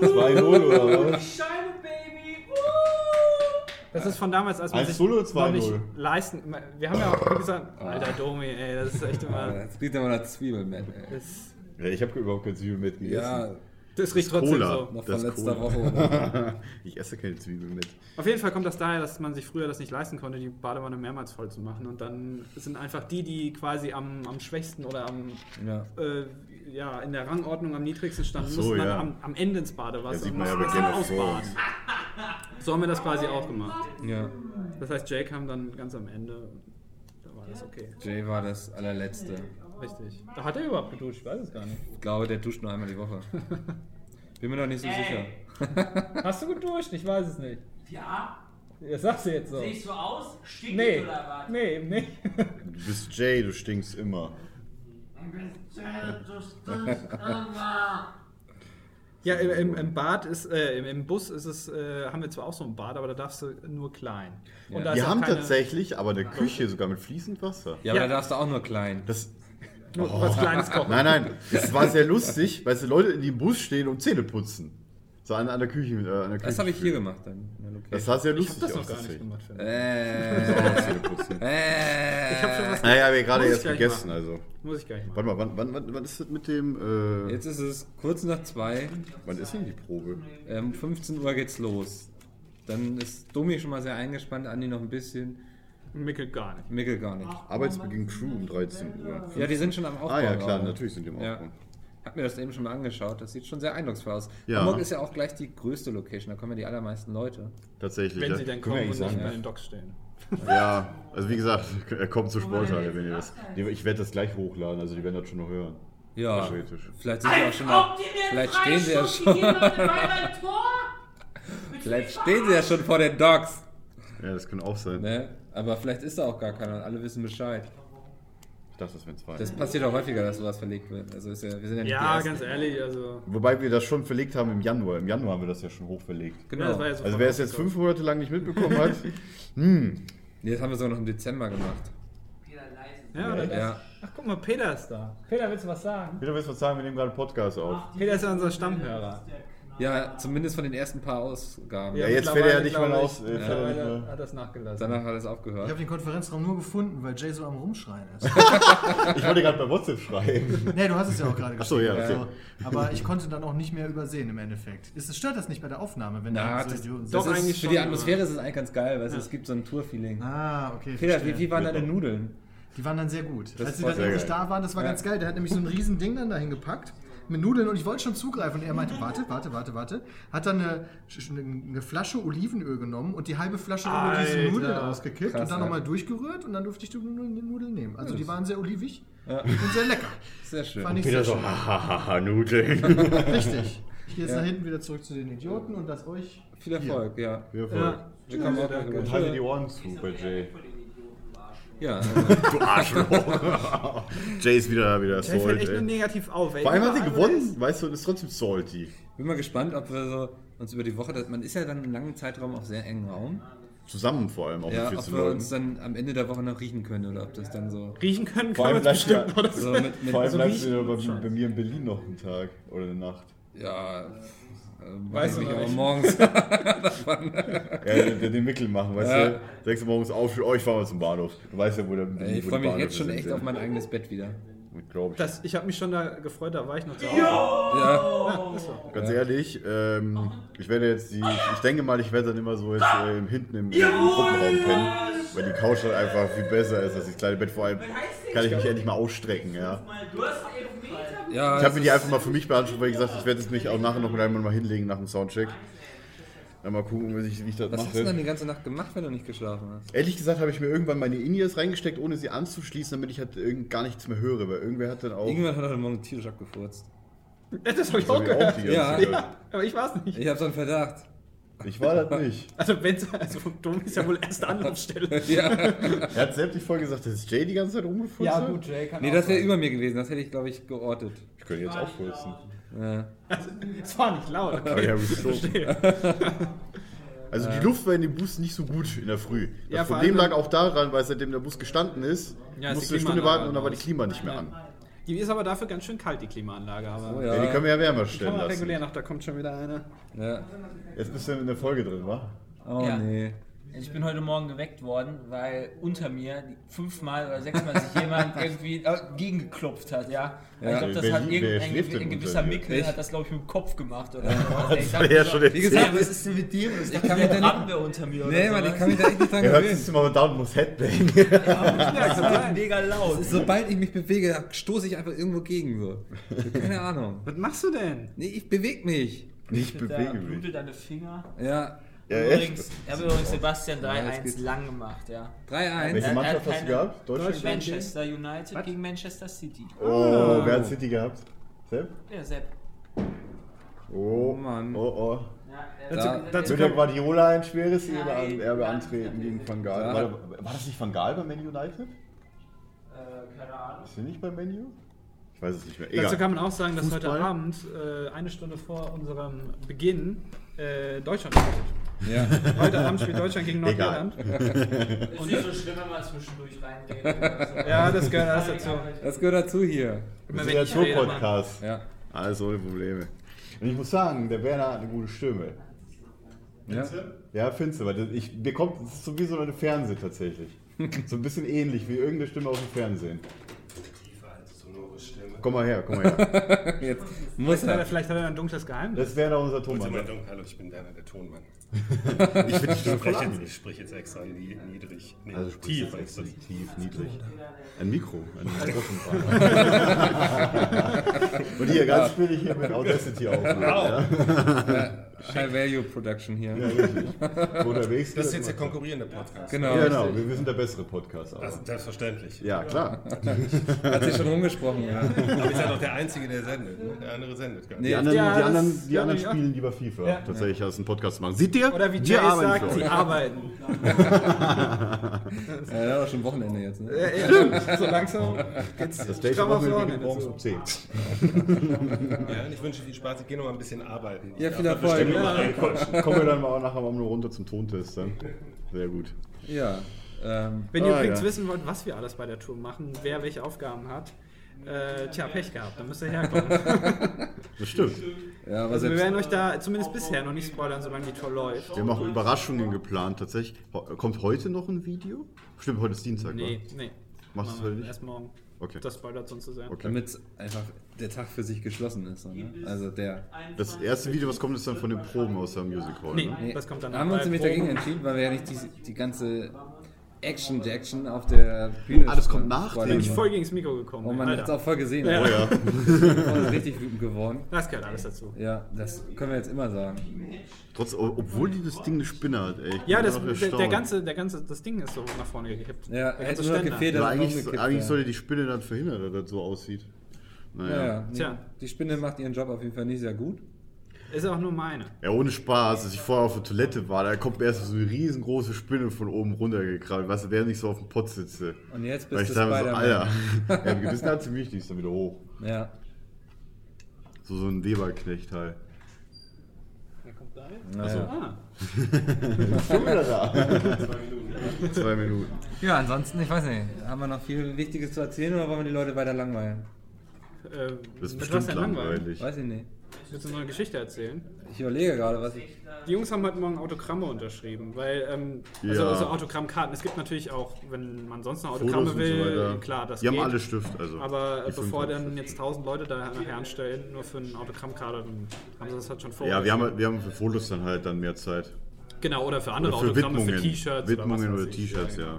2-0 [laughs] oder was? Scheibe, Baby! Das ist von damals, als man sich 1-0 oder noch nicht 2-0? leisten. Wir haben ja auch wie gesagt, alter Domi, ey, das ist echt Ah, immer. Jetzt riecht er mal nach Zwiebeln, Mann. Ey. Das, Ja, ich habe überhaupt kein Zwiebel mitgegessen. Ja, Das riecht trotzdem Cola. so. Noch Das von ist letzter cool. Woche. Oder? [laughs] Ich esse keine Zwiebeln mit. Auf jeden Fall kommt das daher, dass man sich früher das nicht leisten konnte, die Badewanne mehrmals voll zu machen. Und dann sind einfach die, die quasi am, am schwächsten oder am, ja. äh, ja, in der Rangordnung am niedrigsten standen, Ach so, mussten dann ja. am, am Ende ins Badewasser. Ja, sieht und man ja bei mussten Game of das Thrones. ausbaden. So haben wir das quasi auch gemacht. ja. Das heißt, Jay kam dann ganz am Ende. Da war das okay. Jay war das allerletzte. Richtig. Da hat er überhaupt geduscht, ich weiß es gar nicht. Ich glaube, der duscht nur einmal die [laughs] Woche. Bin mir noch nicht so sicher. Hast du geduscht? Ich weiß es nicht. Ja, Das sagst du jetzt so. sehe ich so aus? Stinkt Nee, oder was? nee, eben nicht. Du bist Jay, du stinkst immer. [laughs] Ja, im, im, im Bad ist, äh, im, im Bus ist es, äh, haben wir zwar auch so ein Bad, aber da darfst du nur klein. Und Ja. da ist Wir auch haben keine- tatsächlich aber eine Küche sogar mit fließend Wasser. Ja, aber Ja. da darfst du auch nur klein. Das, nur was Kleines kochen. Oh. [laughs] nein, nein, das war sehr lustig, weil die Leute, die im Bus stehen und Zähne putzen. So an, an der Küche. Äh, an der Das Küche- habe ich hier gemacht dann. in der Location. Das sah sehr Ich hab lustig das aus. noch gar nicht tatsächlich. gemacht. [laughs] Finn. Äh, Zähne putzen. äh, Ich hab schon was. Naja, wir gerade Muss ich erst gleich gegessen, machen. also. Muss ich gleich machen. Warte mal, wann, wann, wann, wann ist das mit dem. Äh, Jetzt ist es kurz nach zwei. Wann ist denn die Probe? Ähm, 15 Uhr geht's los. Dann ist Domi schon mal sehr eingespannt, Andi noch ein bisschen, Mickel gar nicht. Mickel gar nicht. Arbeitsbeginn Crew um 13 Uhr. Ja, die sind schon am Aufbau. ah ja, klar, gerade. natürlich sind die im Ja. Aufbau. Hab mir das eben schon mal angeschaut. Das sieht schon sehr eindrucksvoll aus. Ja. Hamburg ist ja auch gleich die größte Location. Da kommen ja die allermeisten Leute. Tatsächlich. Wenn ja. sie dann Können wir kommen und nicht eigentlich sagen, bei ja. den Docks stehen. Ja, also wie gesagt, [laughs] er kommt zu Sporthalle, wenn ihr das. Die- Ich werde das gleich hochladen, also die werden das schon noch hören. Ja, Theoretisch. vielleicht sind sie auch schon mal. Vielleicht stehen sie ja schon. Vielleicht stehen sie ja schon vor den Dogs. Ja, das kann auch sein. Ne? Aber vielleicht ist da auch gar keiner und alle wissen Bescheid. Ich dachte, das wären zwei. Das passiert auch häufiger, dass sowas verlegt wird. Also ist ja, wir sind ja nicht Ja, die Ersten. ganz ehrlich, also. Wobei wir das schon verlegt haben im Januar. Im Januar haben wir das ja schon hochverlegt. Ja, das Genau. war ja jetzt. so Also wer es jetzt fünf Monate lang nicht mitbekommen hat, Nee, das haben wir sogar noch im Dezember gemacht. Ja, oder das? Ja. Ach, guck mal, Peter ist da. Peter, willst du was sagen? wieder willst du was sagen, wir nehmen gerade einen Podcast auf. Peter ist ja unser Stammhörer. Ja, zumindest von den ersten paar Ausgaben. Ja, jetzt fährt er ja nicht mal aus. Äh, fährt er nicht Mittlerweile mal. hat das nachgelassen. Danach hat es Ich aufgehört. habe den Konferenzraum nur gefunden, weil Jay so am Rumschreien [laughs] ist. Ich wollte gerade bei WhatsApp schreiben. nee, du hast es ja auch gerade Ach so, ja, geschrieben. okay. Also, aber ich konnte dann auch nicht mehr übersehen im Endeffekt. Ist, es stört das nicht bei der Aufnahme, wenn Na, da das, so das Idioten ist, sind? Doch, eigentlich für die schon, Atmosphäre ist es eigentlich ganz geil, weil es- es gibt so ein Tour-Feeling. Ah, okay. Peter, wie, verstehe. wie waren deine Nudeln? Die waren dann sehr gut. Das Als sie war dann sehr endlich geil. da waren, das war ganz geil. Der hat nämlich so ein riesen Ding dann dahin gepackt mit Nudeln und ich wollte schon zugreifen und er meinte, warte, warte, warte, warte. Hat dann eine, eine Flasche Olivenöl genommen und die halbe Flasche über diese Alter. Nudeln ausgekippt Krass, und dann nochmal Alter. durchgerührt und dann durfte ich die Nudeln die Nudeln nehmen. Also die waren sehr olivig und sehr lecker. Sehr schön. Fand ich Wieder sehr so, schön. hahaha, [laughs] Nudeln. Richtig. Ich gehe jetzt nach hinten wieder zurück zu den Idioten und das euch. Viel Erfolg, ja. Wir Ja. Wir kommen auch noch rüber. Halte die Ohren zu bei Jay. Ja, also, [laughs] Du Arschloch. Jay ist wieder, wieder Der fällt echt salt, nur ey. negativ auf, ey. Vor allem hat Überall, wo sie der ist. gewonnen, weißt du, und ist trotzdem salty. bin mal gespannt, ob wir so uns über die Woche, das- man ist ja dann einen langen Zeitraum auf sehr engen Raum, Zusammen vor allem, auch ja, mit ob 14 wir uns Leuten. dann am Ende der Woche noch riechen können oder ob das dann so, Riechen können, Vor kann allem man es gleich- bestimmt. Oder? so mit, mit also Vor allem so bleibst du riechen. ja bei, bei mir in Berlin noch einen Tag oder eine Nacht. [laughs] Ja, äh, Weißt weiß du ich noch auch nicht. [laughs] morgens. Ja, den, den Mickel machen, weißt Ja. du? Sechs Uhr morgens auf, oh, ich fahr mal zum Bahnhof. Du weißt ja, wo der Ey, ich wo die freue mich Bahnhöfe jetzt schon sind, echt ja. auf mein eigenes Bett wieder. Glaub ich. Das, ich habe mich schon da gefreut, da war ich noch zu Hause. Ja, Ganz ehrlich, ähm, ich werde jetzt die, ich denke mal, ich werde dann immer so jetzt äh, hinten im, im Gruppenraum pennen, weil die Couch halt einfach viel besser ist als das kleine Bett. Vor allem kann ich mich endlich mal ausstrecken, ja. Du hast elf Meter? ja Ich habe mir die einfach mal für mich beansprucht, weil ich gesagt habe, ich werde es mich auch nachher noch mit einem mal hinlegen nach dem Soundcheck. Dann mal gucken, wie ich, wie ich das Was hast du denn mache. die ganze Nacht gemacht, wenn du nicht geschlafen hast? Ehrlich gesagt habe ich mir irgendwann meine In-Ears reingesteckt, ohne sie anzuschließen, damit ich halt irgend gar nichts mehr höre, weil irgendwer hat dann auch... Irgendwann hat er morgen tierisch abgefurzt. Das habe ich Das auch hab ich auch gehört. die ganze Ja. Zeit. Ja, aber ich war es nicht. Ich habe so einen Verdacht. [laughs] Ich war das nicht. Also, wenn's, also dumm ist ja wohl erste Anlaufstelle. Ja. Er hat selbst nicht voll gesagt, dass Jay die ganze Zeit rumgefurzt hat. Jay kann Nee, das wäre über mir gewesen. Das hätte ich, glaube ich, geortet. Ich könnte jetzt auch furzen. Ja. Es war nicht laut. Aber Okay. ich habe gestoßen. [laughs] Also die Luft war in dem Bus nicht so gut in der Früh. Das Ja, vor Problem allem- lag auch daran, weil seitdem der Bus gestanden ist, Ja, ist die musste eine Stunde warten und dann war die Klimaanlage Klima nicht mehr an. Die ist aber dafür ganz schön kalt, die Klimaanlage. Aber Oh, Ja. die ja. können wir ja wärmer kann stellen man lassen. regulieren. Ach, da kommt schon wieder einer. ja. Jetzt bist du in der Folge drin, wa? Oh Ja. nee. Ich bin heute Morgen geweckt worden, weil unter mir die- fünfmal oder sechsmal sich [laughs] jemand irgendwie äh, gegengeklopft hat, ja. ich glaube, das Wer- hat wer irgendein schläft ein, denn ein unter gewisser dir? Mickel hat das, glaube ich, mit dem Kopf gemacht oder so. Also Ich War dachte, ja schon Wie erzählt. gesagt, was ist denn mit dir? los? Ich Ich kann kann mich da mir dann unter mir oder Nee, Mann, ich sowas. kann mich da echt nicht dran Er hört gewöhnen. sich mal down und muss Headbang. [laughs] Mega laut. Sobald ich mich bewege, stoße ich einfach irgendwo gegen. So. Keine Ahnung. Was machst du denn? Nee, ich bewege mich. Nicht Da bewegen will. blutet deine Finger. Ja, Ja, übrigens, echt? ich habe übrigens Sebastian Ja, das 3-1 geht. lang gemacht, ja. Welche 3-1. Ja. Mannschaft hast du keine- gehabt? Deutschland? Manchester United gegen Manchester City. Ah. Oh, wer hat City gehabt? Sepp? Ja, Sepp. Oh, Oh Mann. Oh, oh. Ja, Da- äh, dazu- Wird der Guardiola ein schweres Nein, Erbe, an, Erbe nein, antreten nein. gegen Van Gaal? Ja. War, war das nicht Van Gaal bei Man United? äh, keine Ahnung. Ist er nicht bei Menu? Ich weiß es nicht mehr. Dazu Egal. kann man auch sagen, dass Fußball. heute Abend, äh, eine Stunde vor unserem Beginn, äh, Deutschland spielt. Ja. Heute Abend spielt Deutschland gegen Egal. Nordirland. Ist nicht so schlimm, wenn man zwischendurch [laughs] reinredet. oder so. Ja, das gehört alles dazu. Das gehört dazu hier. Wir Wenn sind ja ich rede, Tour-Podcast. Ja. Alles ohne Probleme. Und ich muss sagen, der Werner hat eine gute Stimme. ja. Ja, findest du, weil das- ich, mir kommt, das ist so wie so eine Fernseh tatsächlich. So ein bisschen ähnlich wie irgendeine Stimme aus dem Fernsehen. Komm mal her, komm mal her. Jetzt muss Vielleicht hat er- er. Vielleicht hat er ein dunkles Geheimnis. Das wäre doch unser Thomas. Hallo, ich bin Werner, der Tonmann. Ich finde die Stimme voll Spreche jetzt, an. ich sprich jetzt extra nie, niedrig. Nee, Also sprich tief. jetzt extra extra. tief, niedrig. Ein Mikro. Ein Mikrofon. Und hier, ganz billig hier mit Audacity aufnehmen. Genau. Ja. High Value Production hier. Unterwegs. Das ist jetzt der konkurrierende Podcast. Genau. Ja, genau. Wir wir sind der bessere Podcast. Aber. Das ist selbstverständlich. Ja, klar. Hat sich schon rumgesprochen. Ja. Aber ich bin doch der Einzige, der sendet. Ne? Der andere sendet gar nicht. Die Nee, äh, anderen, Ja, die das- anderen, die ja, anderen ja. spielen lieber FIFA, Ja. tatsächlich, als einen Podcast zu machen. Seht ihr? Oder wie Wir Jay arbeiten sagt, für sie euch. arbeiten. [laughs] ja, das war schon Wochenende jetzt. Ne? so langsam geht's Das Date stramm aufs machen wir Wochenende morgens zu. um 10. Ja, und ich wünsche viel Spaß. Ich gehe noch mal ein bisschen arbeiten. Ja, Ich viel darf Erfolg. bestimmt Ja. noch reinkommen. Kommen wir dann mal auch nachher mal nur runter zum Tontest. Dann. Sehr gut. Ja. Ähm, Wenn ihr Ah, übrigens ja. wissen wollt, was wir alles bei der Tour machen, wer welche Aufgaben hat, äh, tja, Pech gehabt, dann müsst ihr [laughs] herkommen. Also Das stimmt. ja, aber Also wir selbst. werden euch da zumindest bisher noch nicht spoilern, solange die Tour läuft. Wir haben auch Überraschungen geplant, tatsächlich. Ho- Kommt heute noch ein Video? Stimmt, heute ist Dienstag, Nee, wa? nee. Machst du es heute Machen wir nicht? Erst morgen. Okay. Das spoilert sonst zu sehr. okay. Damit einfach der Tag für sich geschlossen ist. so, Ne? Also der. Das erste Video, was kommt, ist dann von den Proben aus der Music Hall. Nee, Ne? das kommt Da dann haben wir uns nämlich dagegen dagegen. entschieden, weil wir ja nicht die, die ganze Action, die Action auf der Bühne. äh, Ah, das kommt nach spoilern dem- Ich wollen. voll gegens Mikro gekommen. Oh, man Alter. hat es auch voll gesehen. Ja. Ja. Oh ja. Das ist richtig wütend geworden. Das gehört alles dazu. Ja, das können wir jetzt immer sagen. Trotz, o- obwohl dieses Ding eine Spinne hat, ey. ich bin Ja, das, immer noch der, der erstaunt. ganze, der ganze, das Ding ist so nach vorne gekippt. Ja, der hätte ganze nur noch Ständer. gefehlt, dass Aber es eigentlich, umgekippt eigentlich wäre. sollte die Spinne dann verhindern, dass das so aussieht. Ja, Naja. ja. Nee, Tja. Die Spinne macht ihren Job auf jeden Fall nicht sehr gut. Ist auch nur meine. Ja, ohne Spaß, als ich vorher auf der Toilette war, da kommt mir erst so eine riesengroße Spinne von oben runtergekrallt, weißt du, während ich so auf dem Pott sitze. Und jetzt Weil ich bist du dachte mir so, Spider-Man. [laughs] Alter, ja, gewissen hat sie mich nicht, ist dann wieder hoch. Ja. So, so ein Weberknecht halt. Naja. Ah, Schon wieder da. Zwei Minuten. Ja, ansonsten, ich weiß nicht, haben wir noch viel Wichtiges zu erzählen oder wollen wir die Leute weiter langweilen? äh, mit Das ist was bestimmt denn langweilig? langweilig. Weiß ich nicht. Willst du noch eine Geschichte erzählen? Ich überlege gerade, was ich. Die Jungs haben heute Morgen Autogramme unterschrieben, weil, ähm, also, Ja. also Autogrammkarten. Es gibt natürlich auch, wenn man sonst noch Autogramme Fotos und so will, weiter. klar, das Die geht. haben alle Stift, also. aber äh, Die fünf bevor haben dann Stift. jetzt tausend Leute da nachher anstellen, nur für eine Autogrammkarte, dann haben sie das halt schon vor. Ja, wir haben, halt- wir haben für Fotos dann halt dann mehr Zeit. Genau, oder für andere Oder für Autogramme, Widmungen. für T-Shirts. Widmungen was oder weiß ich. T-Shirts, ja.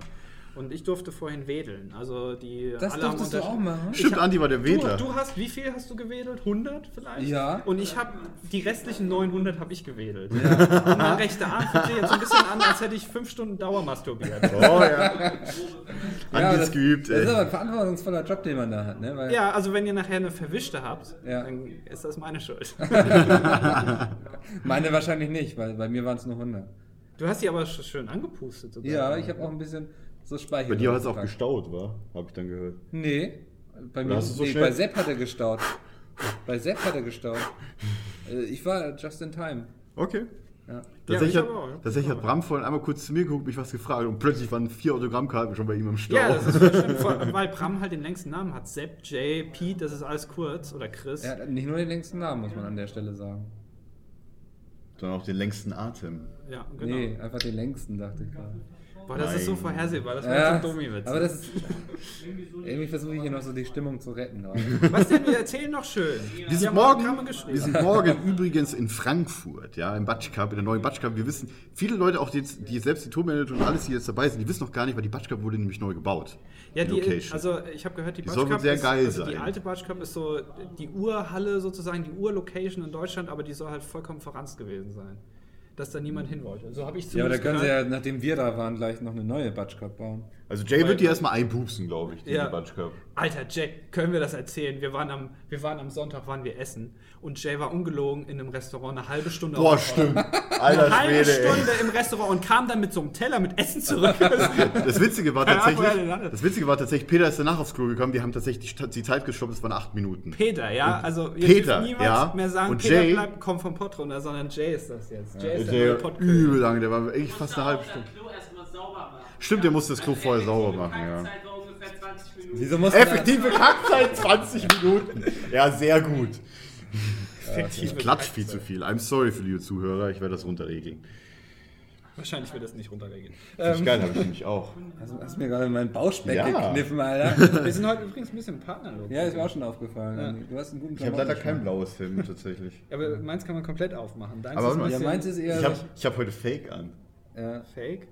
Und ich durfte vorhin wedeln. Also die Das alle haben durftest du untersch- auch machen? Stimmt, Andi war der Du, Wedler. du hast, wie viel hast du gewedelt? 100 vielleicht? Ja. Und ich habe, die restlichen 900 habe ich gewedelt. Und mein rechter Arm fühlt sich jetzt so ein bisschen an, als hätte ich 5 Stunden Dauermasturbiert. [laughs] Oh ja. Ja, Andi aber ist geübt, Das ist ey. aber ein verantwortungsvoller Job, den man da hat, ne? Weil, Ja, also wenn ihr nachher eine verwischte habt, Ja. dann ist das meine Schuld. Meine wahrscheinlich nicht, weil bei mir waren es nur 100. Du hast die aber sch- schön angepustet. sogar. Ja, ich habe auch ein bisschen so Speichel. Bei dir hat es auch draufgepackt. gestaut, war? Hab ich dann gehört. Nee, bei mir hast du so nee, schnell- bei Sepp hat er gestaut. Bei Sepp hat er gestaut. Äh, Ich war just in time. Okay. Ja. Tatsächlich, Ja, ich hat, aber auch, ja. tatsächlich hat Bram vorhin einmal kurz zu mir geguckt, mich was gefragt und plötzlich waren vier Autogrammkarten schon bei ihm im Stau. Ja, das ist voll schön, voll- weil Bram halt den längsten Namen hat. Sepp, Jay, Pete, das ist alles kurz. Oder Chris. Er hat nicht nur den längsten Namen, muss man an der Stelle sagen. Sondern auch den längsten Atem. Ja, genau. Nee, einfach den längsten, dachte ich gerade. Boah, das ist so Nein. vorhersehbar. Das war Ja, jetzt ein Dummi-Witz. aber das ist. [laughs] Irgendwie versuche ich hier noch so die Stimmung zu [laughs] retten. aber- Was denn? Wir erzählen noch schön. Wir Die sind, haben Programme morgen, geschrieben. wir sind morgen [laughs] übrigens in Frankfurt, ja, im Batsch Cup, in der neuen Batsch Cup. Wir wissen, viele Leute, auch die, jetzt- die selbst die Tourmanager und alles, die jetzt dabei sind, die wissen noch gar nicht, weil die Batsch Cup wurde nämlich neu gebaut. Ja, die, Location. also ich habe gehört, die, Die Batsch soll wohl Cup sehr ist, geil also Die sein. alte Batsch Cup ist so die Urhalle sozusagen, die Urlocation in Deutschland, aber die soll halt vollkommen verranzt gewesen sein. Dass da niemand hin wollte. So habe ich Ja, aber da zumindest können sie gehört. ja, nachdem wir da waren, gleich noch eine neue Batschkopf bauen. Also Jay wird die erstmal einpupsen, glaube ich, diesen Ja. Batsch Cup. Alter, Jack, können wir das erzählen? Wir waren, am, wir waren am Sonntag, waren wir essen und Jay war ungelogen in einem Restaurant eine halbe Stunde Boah, auf der Fahrt. [laughs] stimmt. Eine Alter halbe Schwede, ey. Stunde im Restaurant und kam dann mit so einem Teller mit [laughs] Essen zurück. Das Witzige [laughs] war Keine Ahnung, tatsächlich, woher der landet. das Witzige war tatsächlich, Peter ist danach aufs Klo gekommen, wir haben tatsächlich die, Sta- die Zeit gestoppt, es waren acht Minuten. Peter, ja, also ihr Peter, dürft niemals ja. mehr sagen, Und Peter Jay- bleibt, kommt vom Pott runter, sondern Jay ist das jetzt. Jay ist der Der neue Pott. übel lange, der war echt fast eine halbe Das Stunde. Klo erstmal sauber machen. Stimmt, der musste das Klo vorher sauber Die machen, ja. Packzeit war ungefähr 20 Minuten. Wieso muss Effektive Kackzeit 20 Minuten. Ja, sehr gut. Ich klatsch viel zu viel. I'm sorry für die Zuhörer, ich werde das runterregeln. Ähm. Wahrscheinlich wird das nicht runterregeln. Finde ich geil, habe ich nämlich auch. Hast, hast mir gerade meinen Bauchspeck Ja. gekniffen, [laughs] Alter. Wir sind heute übrigens ein bisschen Partnerlook. Ja, ist mir auch schon aufgefallen. Du hast einen guten Ich habe leider Klamottenschmack. kein blaues Hemd tatsächlich. Aber meins kann man komplett aufmachen. Deins Aber ist ein warte Ja, bisschen meins ist eher. Ich habe ich hab heute Fake an. ja. fake.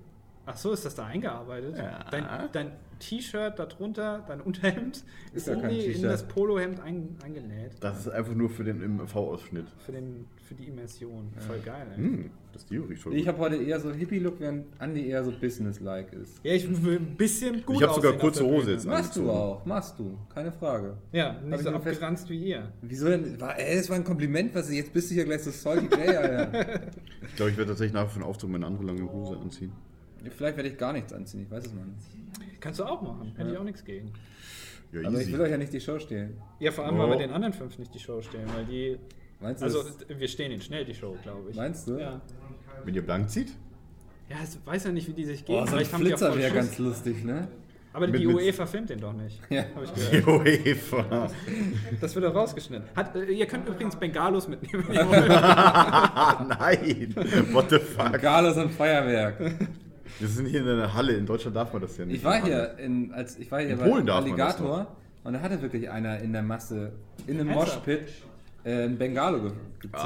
Ach so, ist das da eingearbeitet? Dein, dein T-Shirt darunter, dein Unterhemd ist ja in, kein die, in T-Shirt. das Polohemd ein, eingenäht. Das ist einfach nur für den im V-Ausschnitt. Für, den, für die Immersion. Voll geil, ey. Hm, das Deo riecht voll gut. Ich habe heute eher so Hippie-Look, während Andi eher so business-like ist. Ja, ich will ein bisschen gut Ich habe sogar aussehen auf kurze der Bühne. Hose jetzt Machst du angezogen. auch, machst du, keine Frage. Ja, Hab nicht ich so mir fest- abgeranzt wie ihr. Wieso denn? War, ey, es war ein Kompliment, was jetzt bist du hier gleich so salty [laughs] Jay, Alter. Ich glaube, ich werde tatsächlich nachher von Aufzug meine andere lange Hose anziehen. Vielleicht werde ich gar nichts anziehen, ich weiß es noch nicht. Kannst du auch machen. Hätte ich auch nichts gegen. Ja, Aber ich will easy. euch ja nicht die Show stehlen. Ja, vor allem, Oh. weil wir den anderen fünf nicht die Show stellen, weil die. Meinst du? Also, das- wir stehen ihnen schnell die Show, glaube ich. meinst du? Ja. Wenn ihr blank zieht? [laughs] Ja, ich weiß ja nicht, wie die sich gehen. Oh, so ein Vielleicht haben die ja Flitzer voll wäre Schuss. ganz lustig, ne? Aber Mit- die mit- UEFA filmt den doch nicht. Ja. Hab ich gehört. Jo, Eva. [laughs] Das wird doch rausgeschnitten. Hat, äh, ihr könnt übrigens Bengalos mitnehmen. [laughs] Nein! What the fuck? Carlos und Feuerwerk. Wir sind hier in einer Halle. In Deutschland darf man das ja nicht. Ich war hier, in, als, ich war hier In Polen darf man das Alligator und da hatte wirklich einer in der Masse, in einem Moshpit, äh, ein Bengalo ge- gezündet.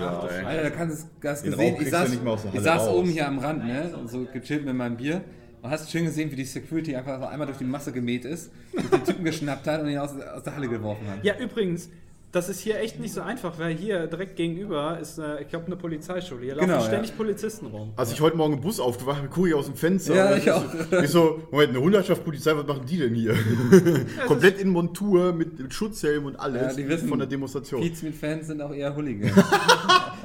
Alter, ey. Alter, da kannst du das Den Rauch gesehen. Ich kriegst du saß, nicht mehr aus der ich Halle saß raus. oben hier am Rand, ne? So gechillt mit meinem Bier. Und hast schön gesehen, wie die Security einfach so einmal durch die Masse gemäht ist, sich den Typen geschnappt hat und ihn aus, aus der Halle geworfen hat. ja, übrigens, das ist hier echt nicht so einfach, weil hier direkt gegenüber ist, äh, ich glaube, eine Polizeischule. Hier laufen Genau, ja. ständig Polizisten rum. Als ich heute Morgen im Bus aufgewacht bin, gucke ich aus dem Fenster. Ja, und dann ich ist auch. So, ich so, Moment, eine Hundertschaft Polizei, was machen die denn hier? [laughs] Komplett in Montur, mit, mit Schutzhelm und Ja, alles. die wissen, von der Demonstration. Kids mit Fans sind auch eher Hooligans.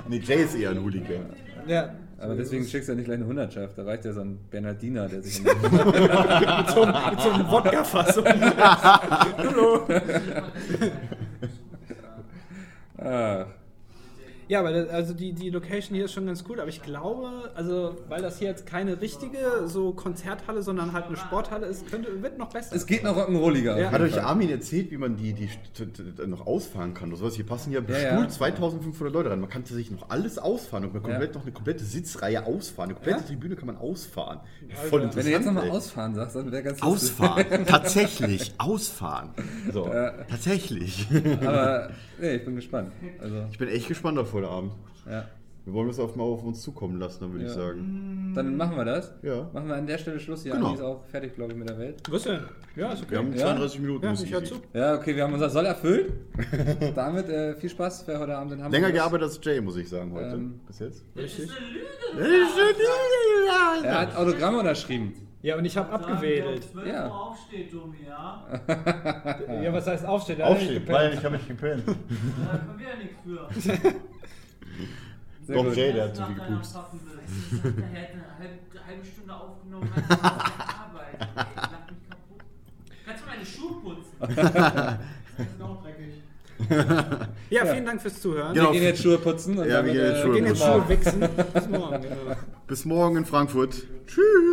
Nee, Jay ist eher ein Hooligan. Ja. Aber deswegen schickst du ja nicht gleich eine Hundertschaft. Da reicht ja so ein Bernardiner, der [laughs] sich. Mit so, mit so einem Wodkafass. [laughs] Hallo. ah. Ja, aber das, also die, die Location hier ist schon ganz cool, aber ich glaube, also weil das hier jetzt keine richtige so Konzerthalle, sondern halt eine Sporthalle ist, könnte, wird noch besser. Es geht noch Rock'n'Rolliger. Ja. auf Hat jeden euch Fall. Armin erzählt, wie man die, die t- t- t- noch ausfahren kann? oder sowas? hier passen ja im Ja, ja. Stuhl 2500 Leute rein. Man kann sich noch alles ausfahren und man komplett Ja. noch eine komplette Sitzreihe ausfahren. Eine komplette Tribüne kann man ausfahren. Voll interessant. Wenn du jetzt nochmal ey. ausfahren sagst, dann wäre ganz lustig. [laughs] Ausfahren. Tatsächlich, ausfahren. So. Tatsächlich. Aber nee, ich bin gespannt. Also, Ich bin echt gespannt auf heute Abend. ja. Wir wollen das auf mal auf uns zukommen lassen, dann würde ich Ja. Mm, sagen. Dann machen wir das. Ja. Machen wir an der Stelle Schluss. Ja, Genau. Andi ist auch fertig, glaube ich, mit der Welt. Was denn? Ja, ist okay. Wir haben Ja. 32 Minuten. ja, das ist ich höre easy. zu. Ja, okay, wir haben unser Soll [laughs] erfüllt. Damit äh, viel Spaß für heute Abend in Hamburg. Länger ist. gearbeitet als Jay, muss ich sagen, heute. Ähm. Bis jetzt. Er hat Autogramme unterschrieben. Ja, und ich habe abgewedelt. Wenn Ja. du aufstehst, Dummi, ja? Ah. Ja, was heißt aufstehen? Da hab ich Aufstehen. gepennt. Nein, ich habe mich gepennt. Da können wir ja nichts für. Sehr Doch, gut. Jay, der hat zu Nach viel deiner gepupst. Pappen- Er hätte eine halbe, halbe Stunde aufgenommen, als ich auf der Arbeit. Ey, lach mich kaputt. Kannst du meine Schuhe putzen? Das ist auch dreckig. Ja, vielen Dank fürs Zuhören. Wir gehen jetzt Schuhe putzen. Und Genau. Ja, wir damit, gehen jetzt äh, Schuhe Wir gehen jetzt putzen. Schuhe wichsen. Bis morgen. Genau. Bis morgen in Frankfurt. Tschüss.